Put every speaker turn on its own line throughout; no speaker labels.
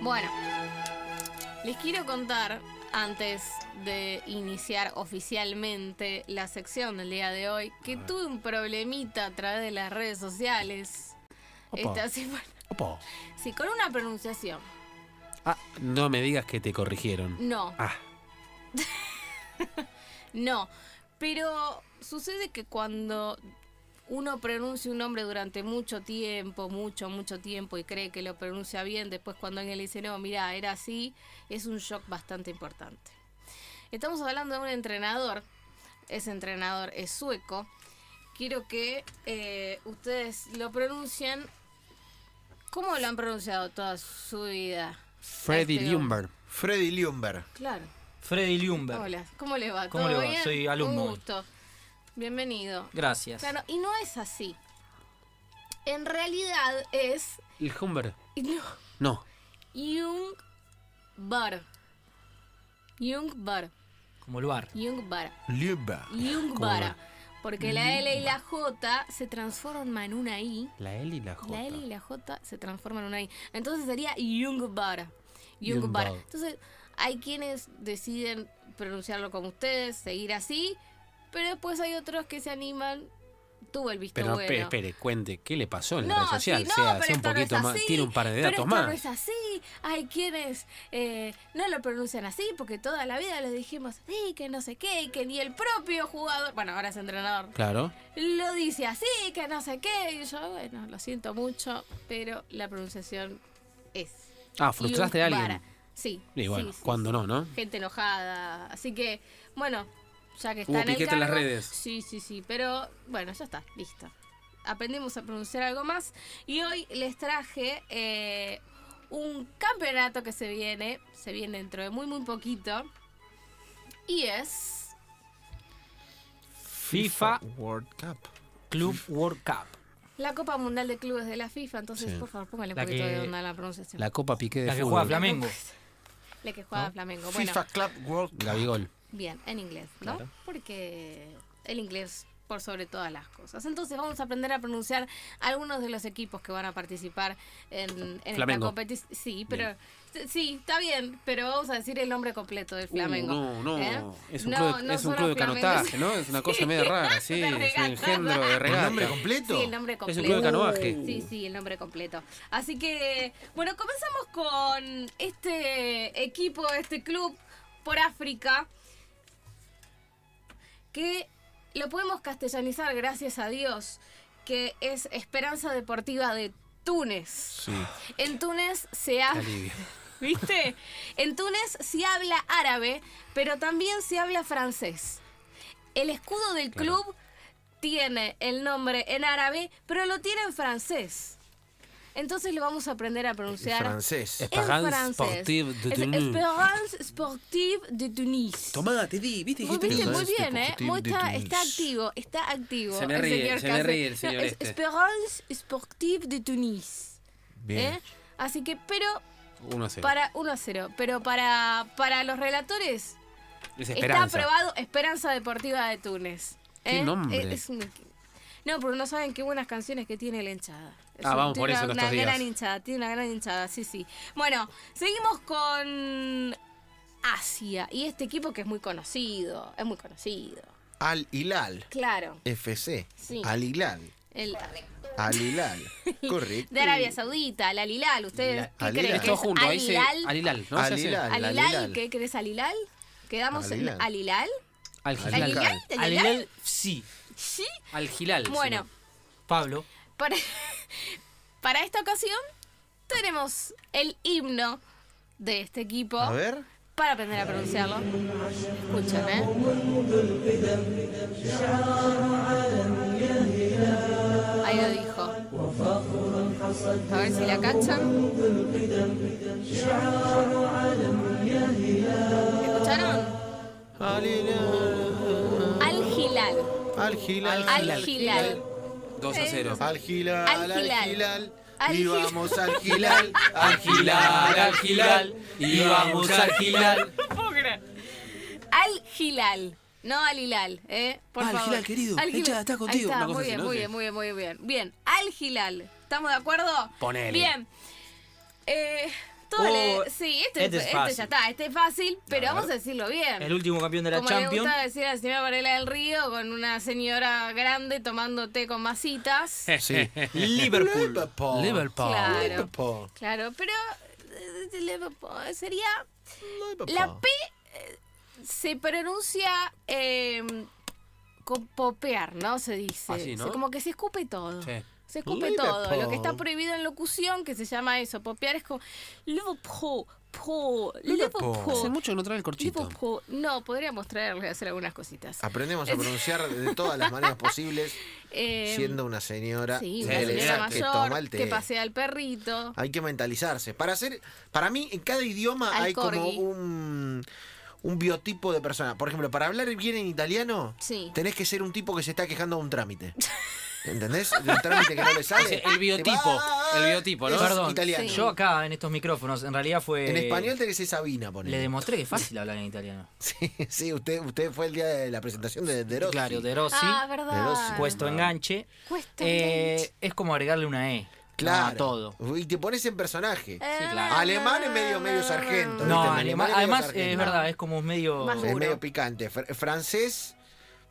Bueno, les quiero contar antes de iniciar oficialmente la sección del día de hoy que tuve un problemita a través de las redes sociales
Opa.
esta semana.
Opo.
Sí, con una pronunciación.
Ah, no me digas que te corrigieron.
No,
Ah,
no. Pero sucede que cuando uno pronuncia un nombre durante mucho tiempo, mucho, mucho tiempo y cree que lo pronuncia bien, después cuando alguien le dice, no, mira, era así, es un shock bastante importante. Estamos hablando de un entrenador, ese entrenador es sueco, quiero que eh, ustedes lo pronuncien, ¿cómo lo han pronunciado toda su vida?
Freddy
Este,
Lumber.
Freddy Ljungberg.
Claro.
Freddy Lumber.
Hola, ¿cómo le va?
¿Cómo
¿Todo
le va?
bien?
Soy alumno
Un
hoy.
gusto. Bienvenido.
Gracias.
Claro, y no es así. En realidad es
¿El Humber?
no,
No.
Jung Bar. Jung Bar.
Como el bar.
Jung Bar.
Ljungberg.
Jung
¿Cómo
Bar. Porque la L y la J se transforman en una I.
La L y la J.
La L y la J se transforman en una I. Entonces sería Jungbar. Jungbar.
Jungbar.
Entonces, hay quienes deciden pronunciarlo como ustedes, seguir así, pero después hay otros que se animan. Tuvo el visto
Pero
bueno.
espere, espere, cuente, ¿qué le pasó en la
No,
red social?
sí, no,
sea,
pero
sea un
esto no
poquito
es
más.
así,
Tiene un par de
pero
datos
esto
más.
no es así. Hay quienes eh, no lo pronuncian así porque toda la vida les dijimos, sí, que no sé qué, y que ni el propio jugador, bueno, ahora es entrenador,
Claro.
lo dice así, que no sé qué. Y yo, bueno, lo siento mucho, pero la pronunciación es.
Ah, frustraste a alguien.
Yukbara. Sí.
Y bueno,
sí, sí,
cuando
sí.
no, ¿no?
Gente enojada. Así que, bueno, ya que está
Hubo
en el
piquete en las
cargo-
redes.
Sí, sí, sí. Pero bueno, ya está, listo. Aprendimos a pronunciar algo más. Y hoy les traje eh, un campeonato que se viene. Se viene dentro de muy, muy poquito. Y es.
FIFA
World Cup.
Club World Cup.
La Copa Mundial de Clubes de la FIFA, entonces
Sí.
por favor póngale un
La
poquito
que-
de onda a la pronunciación.
La Copa Piqué de
La que
Fútbol.
juega Flamengo.
La que juega Flamengo. Bueno,
FIFA Club World Cup.
Gabigol.
bien, en inglés, ¿no?
Claro.
Porque el inglés por sobre todas las cosas. Entonces vamos a aprender a pronunciar algunos de los equipos que van a participar en, en esta
Flamengo.
competición. Sí, pero sí, está bien, pero vamos a decir el nombre completo del Flamengo.
Uh, no, no.
¿eh?
Es un
No,
club, de-
no
es un
solo
club de
flamengo.
canotaje, ¿no? Es una cosa medio rara, sí.
De
Es un
regata.
engendro de
¿El nombre
regata.
completo?
Sí, el nombre
Es
completo.
un club de canoaje.
Sí, sí, el nombre completo. Así que, bueno, comenzamos con este equipo, este club por África, que lo podemos castellanizar, gracias a Dios, que es Esperanza Deportiva de Túnez.
Sí,
En Túnez se
qué
ha...
alivio.
¿Viste? En Túnez se habla árabe, pero también se habla francés. El escudo del
Claro.
club tiene el nombre en árabe, pero lo tiene en francés. Entonces lo vamos a
Eh,
aprender a pronunciar
francés.
en
Esperance
francés.
Sportive de
Es
Tunis.
Esperance Sportive de Tunis.
Tomá, te di, viste,
Muy,
dijiste
bien,
que-
muy
Esperance
bien, ¿eh?
Sportive
Muy
de
está,
Tunis.
está activo, está activo.
Se me
el
ríe,
señor
se me
Castro.
ríe el señor
es
este.
Esperance Sportive de Tunis.
Bien.
¿eh? Así que, pero
Uno a cero.
para 1 a 0, pero para, para los relatores
Es
está
esperanza.
aprobado Esperanza Deportiva de Túnez. ¿eh?
Qué nombre.
Es un- no, pero no saben qué buenas canciones que tiene la hinchada.
Ah,
un-
vamos
tiene
por eso
una,
en estos
una gran
días.
hinchada, tiene una gran hinchada, sí, sí. Bueno, seguimos con Asia y este equipo que es muy conocido, es muy conocido.
Al Hilal.
Claro,
FC.
Sí.
Al Hilal.
el
Al Hilal. Correcto.
de Arabia Saudita, el Alilal, ustedes qué
Al Hilal.
creen que
Todo
es
junto, ahí se.
Alilal?
Al Hilal, ¿no? Se hace-
Al Hilal. Al
Alilal,
Hilal.
¿qué crees Alilal? Quedamos en
Al Hilal.
Alilal.
Al
¿Al
Al Gilal.
Hilal?
Hilal.
¿Al
Al
Hilal?
Hilal, sí.
Sí.
Al Gilal.
Bueno,
Pablo.
para, para esta ocasión tenemos el himno de este equipo
A ver.
para aprender a pronunciarlo. Escuchen, ¿eh? Ahí lo dijo. A ver si la cachan. ¿Escucharon?
Al Hilal.
Al Hilal.
Al Hilal.
Al Hilal.
2 a 0.
Al Hilal.
Al Hilal.
Al Hilal.
Al
Y
Hilal.
vamos al Hilal. Al Hilal. Al Hilal.
y vamos al Gilal.
Al Gilal. No al Hilal, ¿eh? Por
Ah, Al
favor.
Hilal, querido. Hecha, está
Ahí
contigo.
está,
Una
Muy
cosa
bien,
así, ¿no?
muy
Sí.
bien, muy bien, muy bien. Bien, al Hilal. ¿Estamos de acuerdo?
Ponele.
Bien. Eh, Todo
Oh,
le- sí, este,
este es
este
fácil.
ya está, este es fácil, pero vamos a decirlo bien.
El último campeón de la
Como le
Champions.
gusta decir a la señora Varela del Río con una señora grande tomando té con masitas.
Sí.
Liverpool.
Liverpool.
Oh. Liverpool.
Claro.
Liverpool.
Claro, pero eh, Liverpool sería
Liverpool.
la P eh, se pronuncia eh, con popear, ¿no? Se dice.
Así, ¿no?
Se- como que se escupe todo.
Sí.
Se escupe
Liverpool.
todo. Lo que está prohibido en locución, que se llama eso, popear, es como Liverpool, po, Liverpool,
Hace mucho que no trae el corchito.
Liverpool. No, podríamos traerle a hacer algunas cositas.
Aprendemos a pronunciar de todas las maneras posibles,
Eh,
siendo una señora
Sí,
que
una
le
señora
da- que toma el
mayor
té. Ah,
que pasea al perrito.
Hay que mentalizarse. Para hacer, para mí, en cada idioma
Al
hay como
corgi.
un, un biotipo de persona. Por ejemplo, para hablar bien en italiano,
Sí.
tenés que ser un tipo que se está quejando de un trámite. ¿Entendés? De un trámite que no le sale.
el biotipo, el biotipo, ¿no?
Es
Perdón.
italiano.
Sí.
Yo acá en estos micrófonos, en realidad fue.
En español tenés esa Sabina,
Le
ponele.
demostré que es fácil hablar en italiano.
Sí, sí, usted, usted fue el día de la presentación de, de Rossi.
Claro, de Rossi,
ah,
de dos,
verdad.
sí.
puesto enganche.
Cuesta
Eh,
mucho.
es como agregarle una E.
Claro.
A todo.
Y te pones en personaje.
Eh,
claro.
Alemán es medio- medio sargento.
No,
Viste,
además,
alemán es medio
además
sargento.
es verdad, es como medio.
Más
Es
Juro.
medio picante. Fr- francés.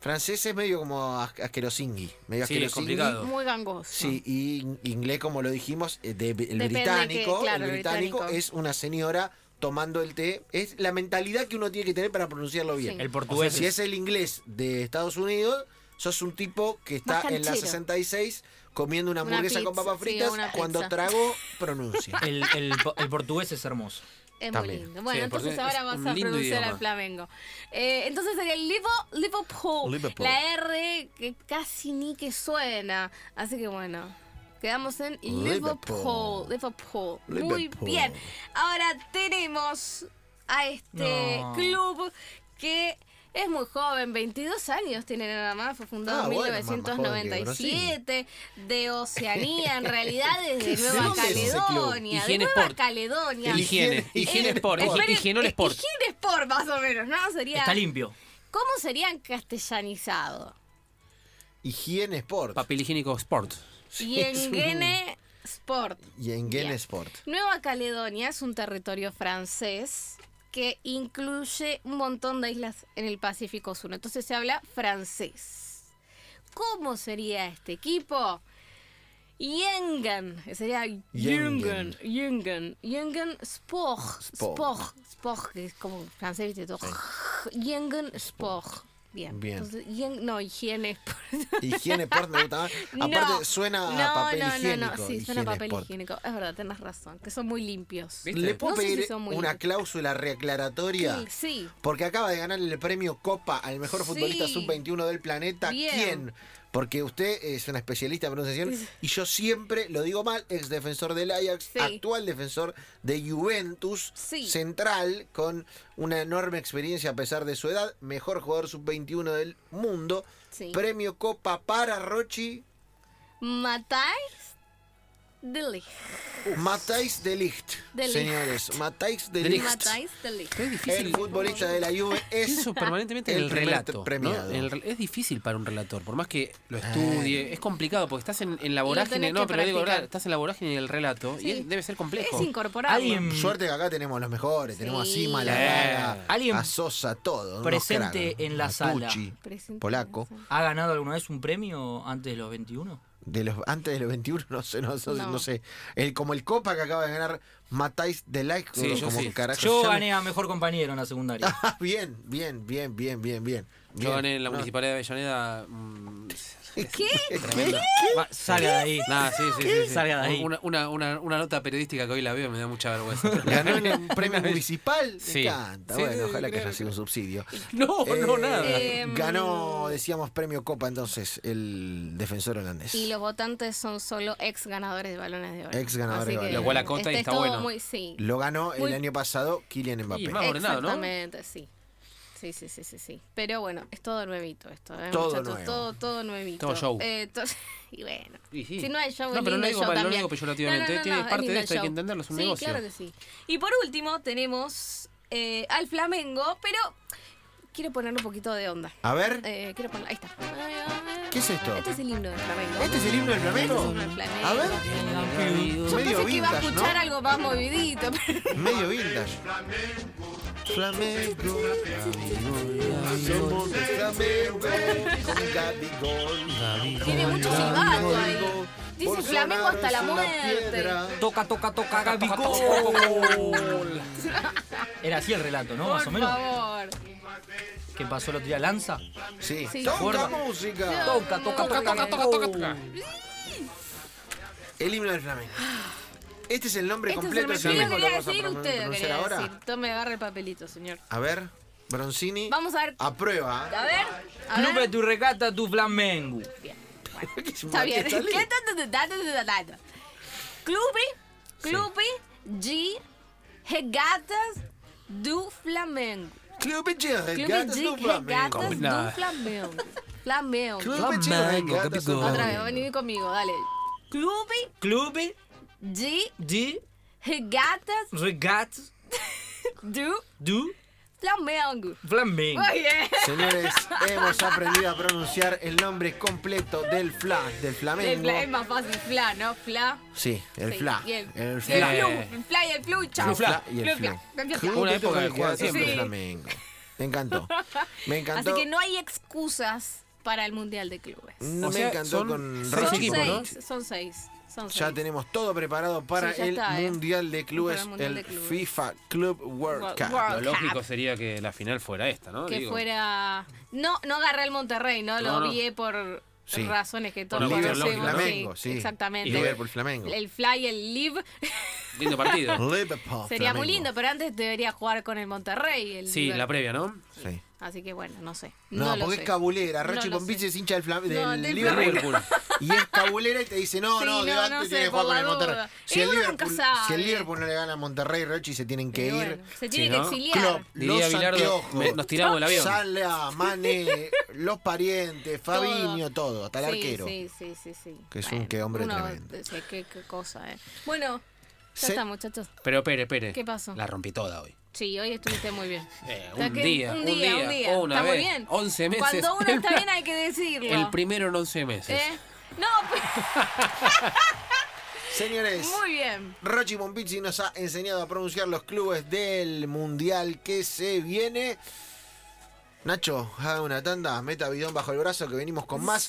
Francés es medio como as- asquerosingui. Medio
Sí, es
asquerosingui.
complicado.
Muy gangoso.
Sí, y in- inglés, como lo dijimos, eh, de- el,
Depende
británico,
que- claro,
el
el
británico
británico.
es una señora tomando el té. Es la mentalidad que uno tiene que tener para pronunciarlo bien.
Sí.
El
O sea,
portugués.
si es el inglés de Estados Unidos, sos un tipo que está
Más
en la
canchero.
66 comiendo una
Una
hamburguesa con
pizza,
papas
sí,
fritas.
una
cuando
pizza.
trago, pronuncia.
el, el po- el portugués es hermoso.
Es muy
También.
lindo.
Sí,
Bueno, entonces
porque
ahora
es
vas
un
a
lindo
pronunciar
idioma.
al flamengo. Eh, entonces sería el Livo, Liverpool.
Liverpool.
La R que casi ni que suena. Así que bueno, quedamos en
Liverpool.
Liverpool. Liverpool. Muy
Liverpool.
bien. Ahora tenemos a este
No.
club que es muy joven, 22 años tiene nada más, fue fundado
Ah,
en
bueno, más- más joven que
1997, de Oceanía, en realidad desde Nueva
dónde es ese club?
Caledonia, de
Higiene
Nueva
Sport.
Caledonia.
El higiene.
Higiene-
Higiene Sport.
Eh, esperen,
Higienol
eh,
Sport.
higiene Sport, más o menos, ¿no? Sería,
Está limpio.
¿Cómo serían castellanizado?
Higiene Sport.
Papel higiénico Sport.
Y en Gene Sport.
Y en Gen
Bien.
Sport.
Nueva Caledonia es un territorio francés que incluye un montón de islas en el Pacífico Sur. Entonces se habla francés. ¿Cómo sería este equipo? Yengen, sería
Yengen.
Yengen, Yengen, Yengen Sport,
Sport.
Sport, Sport, que es como francés, viste, todo. Yengen Sport. Bien.
Bien.
Entonces, Yen- no, higiene Sport.
Higiene Sport me gusta más. Aparte,
No.
suena
No,
a papel
no, no, No, sí,
higiénico.
suena
higiene
a papel
Sport.
higiénico. Es verdad, tenés razón, que son muy limpios.
¿Viste?
¿Le puedo
No sé si
pedir
son muy
una
limpios.
cláusula reaclaratoria?
Sí, sí.
Porque acaba de ganar el premio Copa al mejor
Sí.
futbolista sub-21 del planeta.
Bien.
¿Quién? Porque usted es una especialista en pronunciación y yo siempre lo digo mal, ex defensor del Ajax,
Sí.
actual defensor de Juventus,
Sí.
central, con una enorme experiencia a pesar de su edad, mejor jugador sub-21 del mundo,
Sí.
premio Copa para Rochi,
Matáis de Ligt.
Matáis de Ligt,
De Ligt.
señores, Matáis de
De
Ligt,
Ligt.
Matáis de Ligt.
Es
el
difícil.
futbolista de la Juve es...
Pienso permanentemente en
el
el
primer
relato.
premiado.
¿no? El re- es difícil para un relator, por más que lo estudie. Es complicado porque estás en, en la
lo
vorágine.
tenés
No,
que
pero digo,
practicar.
¿verdad? estás en la vorágine del relato y
Sí.
es- debe ser complejo.
Es incorporable.
Mm.
Alguien
Suerte que acá tenemos los mejores, tenemos a
Sí.
Sima,
Eh.
la
Alguien
a Sosa, todo. unos
presente
cracks.
en la sala.
Matucci, Polaco.
ha ganado alguna vez un premio antes de los 21.
De los, antes de los 21, no sé, no, sé,
No.
no sé. El, como el Copa que acaba de ganar Matáis de Like,
Sí,
como
yo sí.
carajo
Yo
se llama.
gané a mejor compañero en la secundaria.
Ah, bien, bien, bien, bien, bien, bien.
Yo
Bien.
gané en la
No.
municipalidad de Avellaneda. mm,
¿Qué?
tremendo.
Va, Salga de ahí.
Nada, Ah, sí, sí, sí, sí.
Salga de ahí.
Una, una, una, una nota periodística que hoy la veo me da mucha vergüenza.
Ganó en un premio municipal. Me
Sí.
encanta.
Sí,
bueno,
sí,
ojalá que
creo.
haya sido un subsidio.
no, no,
Eh,
nada.
Eh,
ganó, decíamos, premio Copa entonces, el defensor holandés.
Y los votantes son solo ex ganadores de balones de oro.
Ex ganadores
Así
de
que
balones. Lo
cual acota y
este
está
es todo
bueno.
Muy, sí.
Lo ganó el
Muy-
año pasado Kylian Mbappé.
más ordenado, ¿no?
Exactamente, sí. Sí, sí, sí, sí, sí. Pero bueno, es todo nuevito esto, ¿eh,
Todo
muchachos?
nuevo.
Todo, todo nuevito.
Todo show.
Eh, to- y bueno.
Y sí.
Si no hay show,
No,
es
pero no
lindo
digo
show
pa- no lo
también.
digo peyorativamente, eh, tiene-
es
parte de
lindo el
esto hay que
show.
entenderlo, es un
sí,
negocio.
claro que sí. Y por último tenemos eh, al Flamengo, pero quiero ponerle un poquito de onda.
A ver.
Eh, quiero poner, ahí está.
¿Qué es esto?
Este es el himno del flamenco.
¿Este es el himno del
Este es
flamenco?
el himno del flamenco.
A ver.
Yo
Medio
pensé que iba a
vintage,
escuchar
¿no?
algo más movidito, pero
Medio vintage. Flamenco. Somos de flamenco. Con Gabigol.
tiene mucho silbato ahí. Dice flamenco hasta la muerte.
Toca, toca, toca, Gabigol. Era así el relato, ¿no? Más o
Por
menos.
favor. Este
¿Qué pasó el otro día? Lanza.
Sí.
Sí.
Toca
Forma.
música.
Toca, toca, toca, toca, toca, toca, toca.
El himno del flamenco. Este es el nombre
Este es el
completo del
mejor. Yo
flamenco.
quería
¿Lo vas a
decir
pronun-
usted, lo
pronunciar
quería
ahora?
decir. Tome, agarre el papelito, señor.
A ver, Bronzini.
Vamos a ver. A
Aprueba. ¿eh?
ver. A
Club de
ver.
tu regata, tu flamengo.
Está bien.
Está lindo.
Clube, clube de regatas do Flamengo.
Clube de
Clube
regatas
de
do
regatas
Flamengo.
do
Combinada.
Flamengo. Flamengo.
Clube de
Flamengo,
regatas do
Gabigol.
Otra vez,
Flamengo.
vení conmigo, dale. Clube
Club
de
de
regatas
regata,
do
tu
Flamengo.
flamengo.
Muy bien.
Señores, hemos aprendido a pronunciar el nombre completo del fla, del
El fla- es
flamengo.
más fácil, fla, ¿no? Fla.
Sí, el
Sí,
fla.
y el-
El
Y el
fla.
flu,
Eh.
el fla y el flu, chao.
El fla y el
Flu,
fla.
fla, fla.
Club
Una
de
época que
regatas
jugaba
do
siempre.
Flamengo. Me encantó. Me encantó.
Así que no hay excusas para el Mundial de Clubes.
No
O
me
sea,
encantó
son
con
seis
Son
Rochi.
seis,
equipos, ¿no?
son seis. Son
Ya
seis.
tenemos todo preparado para
Sí, ya
el
está, ¿eh?
Mundial de Clubes,
Para el Mundial
el
de Clubes.
FIFA Club World
World-
Cup.
World
Lo lógico sería que la final fuera esta, ¿no?
Ah, Que
Digo,
fuera. No, no agarré el Monterrey, ¿no? Lo
No, no.
odié por
Sí.
razones que todos
Por Liverpool,
conocemos.
Flamengo, sí.
Exactamente.
Y Liverpool, Flamengo.
El fly y el live
Lindo partido.
Liverpool,
sería muy
Flamengo.
lindo, pero antes debería jugar con el Monterrey. El
Sí,
Liver-
la previa, ¿no?
Sí.
Así que bueno, no sé.
No,
lo
porque
sé.
es cabulera.
No
Rochi
lo
Pompici
sé.
es hincha del, Flam- del
No, del
Liverpool.
Liverpool.
Y es cabulera y te dice, no,
Sí,
no,
no,
Levante
no sé,
tiene que
por
jugar con
la
el Monterrey.
duda.
Si el,
Y uno
Liverpool,
nunca sabe.
si el Liverpool no le gana a Monterrey, Rochi se tienen que
Pero
ir.
bueno, se tiene
Sí,
que
¿no?
exiliar.
Klopp.
Diría
Los
Bilardo,
anteojos.
me- nos tiramos del avión.
Sale a Mane, los parientes, Fabinho, todo, hasta el
Sí,
arquero.
Sí, sí, sí, sí.
Que es un qué hombre
uno,
tremendo.
sí, qué, qué cosa, ¿eh? Bueno, ya
Se-
está, muchachos.
Pero espere, espere.
¿Qué pasó?
La rompí toda hoy.
Sí, hoy estuviste muy bien.
Eh,
O sea
un,
que
día,
un día, un día.
una
está
vez,
muy bien.
11 meses.
Cuando uno está bien hay que decirlo.
El primero en 11 meses.
¿Eh? No, pero-
Señores.
muy bien.
Rochi Pompici nos ha enseñado a pronunciar los clubes del mundial que se viene. Nacho, haga una tanda, meta bidón bajo el brazo que venimos con más.